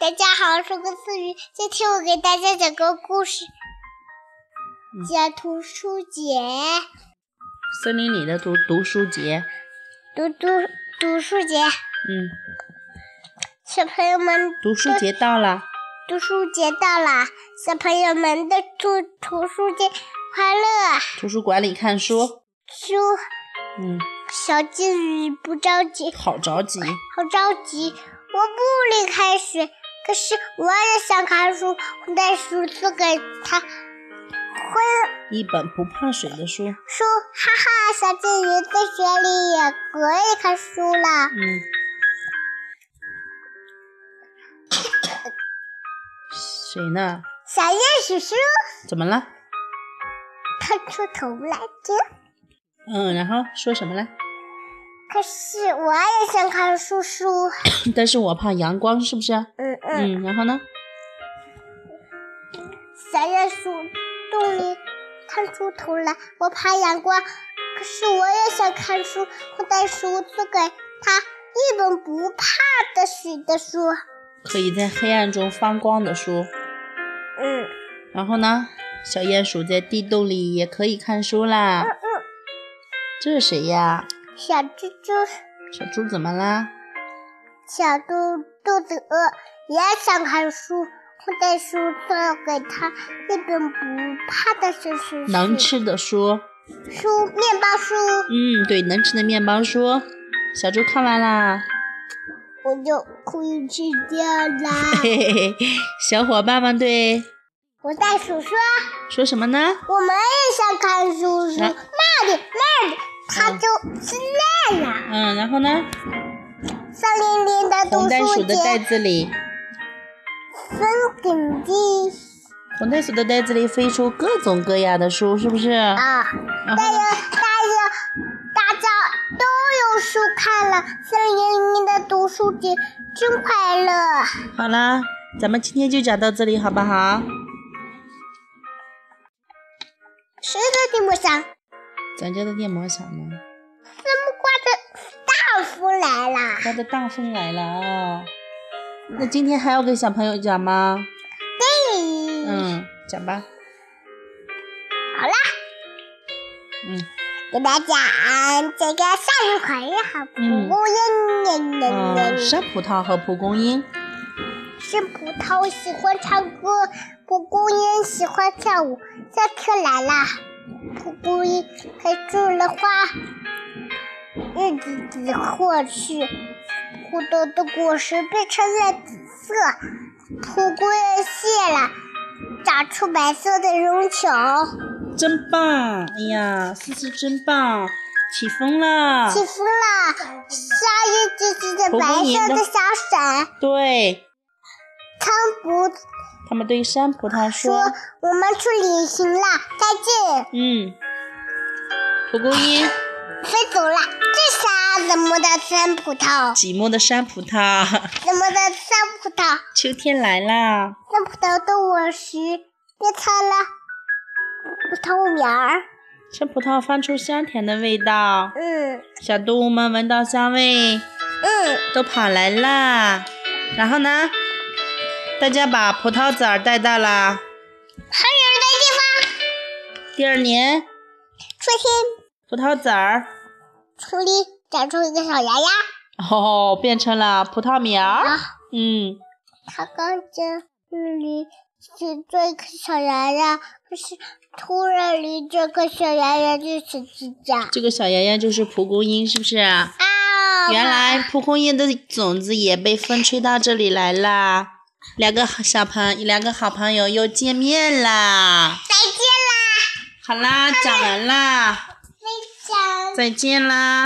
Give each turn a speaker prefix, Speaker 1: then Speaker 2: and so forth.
Speaker 1: 大家好，我是郭思雨。今天我给大家讲个故事，叫读书节，
Speaker 2: 森林里的读读书节，
Speaker 1: 读读读书节。
Speaker 2: 嗯，
Speaker 1: 小朋友们，
Speaker 2: 读书节到了，
Speaker 1: 读书节到了，小朋友们的读读书节快乐。
Speaker 2: 图书馆里看书。
Speaker 1: 书
Speaker 2: 嗯，
Speaker 1: 小金鱼不着急，
Speaker 2: 好着急。
Speaker 1: 好着急，我不离开学，可是我也想看书，我带书送给他。
Speaker 2: 一本不泡水的书。嗯
Speaker 1: 书，哈哈，小金鱼在学里也可以看书啦。
Speaker 2: 嗯，谁呢？
Speaker 1: 小鼹鼠叔
Speaker 2: 怎么了？
Speaker 1: 探出头来着，
Speaker 2: 嗯，然后说什么了？
Speaker 1: 可是我也想看书书。
Speaker 2: 但是我怕阳光，是不是？
Speaker 1: 嗯嗯，
Speaker 2: 嗯，然后呢？
Speaker 1: 小鼹鼠洞里探出头来，我怕阳光，可是我也想看书，我带书送给他一本不怕的水的书。
Speaker 2: 可以在黑暗中发光的书。
Speaker 1: 嗯。
Speaker 2: 然后呢？小鼹鼠在地洞里也可以看书啦。这是谁呀？
Speaker 1: 嗯小蜘蛛、
Speaker 2: 小猪怎么啦？
Speaker 1: 小猪肚子饿，也想看书。我带书送给他一本不怕的是是
Speaker 2: 能吃的书。
Speaker 1: 书面包书，
Speaker 2: 嗯，对，能吃的面包书。小猪看完啦，
Speaker 1: 我就可以吃掉啦。
Speaker 2: 嘿嘿嘿，小伙伴们对
Speaker 1: 我袋鼠说，
Speaker 2: 说什么呢？
Speaker 1: 我们也想看书书，
Speaker 2: 啊
Speaker 1: 那里那里，它
Speaker 2: 嗯
Speaker 1: 就是那了。
Speaker 2: 嗯，然后呢？
Speaker 1: 森林里的读
Speaker 2: 红袋鼠
Speaker 1: 书
Speaker 2: 的袋
Speaker 1: 节，
Speaker 2: 子里，
Speaker 1: 风景记
Speaker 2: 红袋鼠的袋子里飞出各种各样的书，是不是？
Speaker 1: 啊。
Speaker 2: 然
Speaker 1: 大
Speaker 2: 后
Speaker 1: 家
Speaker 2: 呢？
Speaker 1: 大家大家都有书看了，森林里的读书节真快乐。
Speaker 2: 好啦，咱们今天就讲到这里，好不好？
Speaker 1: 谁的地幕上，咱
Speaker 2: 咱家的电摩响呢，
Speaker 1: 们刮着大风来了。
Speaker 2: 刮着大风来了啊、那今天还要给小朋友讲吗？
Speaker 1: 嘿，
Speaker 2: 嗯，讲吧。
Speaker 1: 好啦，
Speaker 2: 嗯，
Speaker 1: 给大家讲这个向日葵和蒲
Speaker 2: 嗯
Speaker 1: 公英，
Speaker 2: 嗯、
Speaker 1: 是
Speaker 2: 山葡萄和蒲公英。
Speaker 1: 葡萄喜欢唱歌，蒲公英喜欢跳舞。夏天来啦，蒲公英开出了花，日子只过去，葡萄的果实变成了紫色，蒲公英谢了，长出白色的绒球。
Speaker 2: 真棒！哎呀，思思真棒，起风了。
Speaker 1: 起风了，下一只只的
Speaker 2: 蒲
Speaker 1: 白
Speaker 2: 公英
Speaker 1: 色
Speaker 2: 的
Speaker 1: 的小伞。
Speaker 2: 对，
Speaker 1: 汤姆
Speaker 2: 他们对山葡萄说
Speaker 1: 说：“我们去旅行了，再见。
Speaker 2: 嗯，蒲公英，”
Speaker 1: 飞走了。这下怎么的酸葡萄？
Speaker 2: 寂寞的山葡萄，
Speaker 1: 怎么的酸葡萄？
Speaker 2: 秋天来啦。
Speaker 1: 酸葡萄的果实变成了葡萄苗儿。
Speaker 2: 山葡萄发出香甜的味道，
Speaker 1: 嗯
Speaker 2: 小动物们闻到香味
Speaker 1: 嗯，
Speaker 2: 都跑来啦。然后呢，大家把葡萄籽儿带到了
Speaker 1: 还有的地方，
Speaker 2: 第二年，
Speaker 1: 春天
Speaker 2: 葡萄籽儿
Speaker 1: 土里长出一个小芽芽。
Speaker 2: 哦变成了葡萄苗儿。
Speaker 1: 啊，
Speaker 2: 嗯，
Speaker 1: 它刚在那里只做一颗小芽芽，可是突然离这颗小芽芽就是指甲。
Speaker 2: 这个小芽芽就是蒲公英，是不是啊？
Speaker 1: 啊！
Speaker 2: 原来蒲公英的种子也被风吹到这里来啦。两个好小朋，两个好朋友又见面啦。
Speaker 1: 再见啦，
Speaker 2: 好啦，讲完啦，
Speaker 1: 再见。
Speaker 2: 再见啦。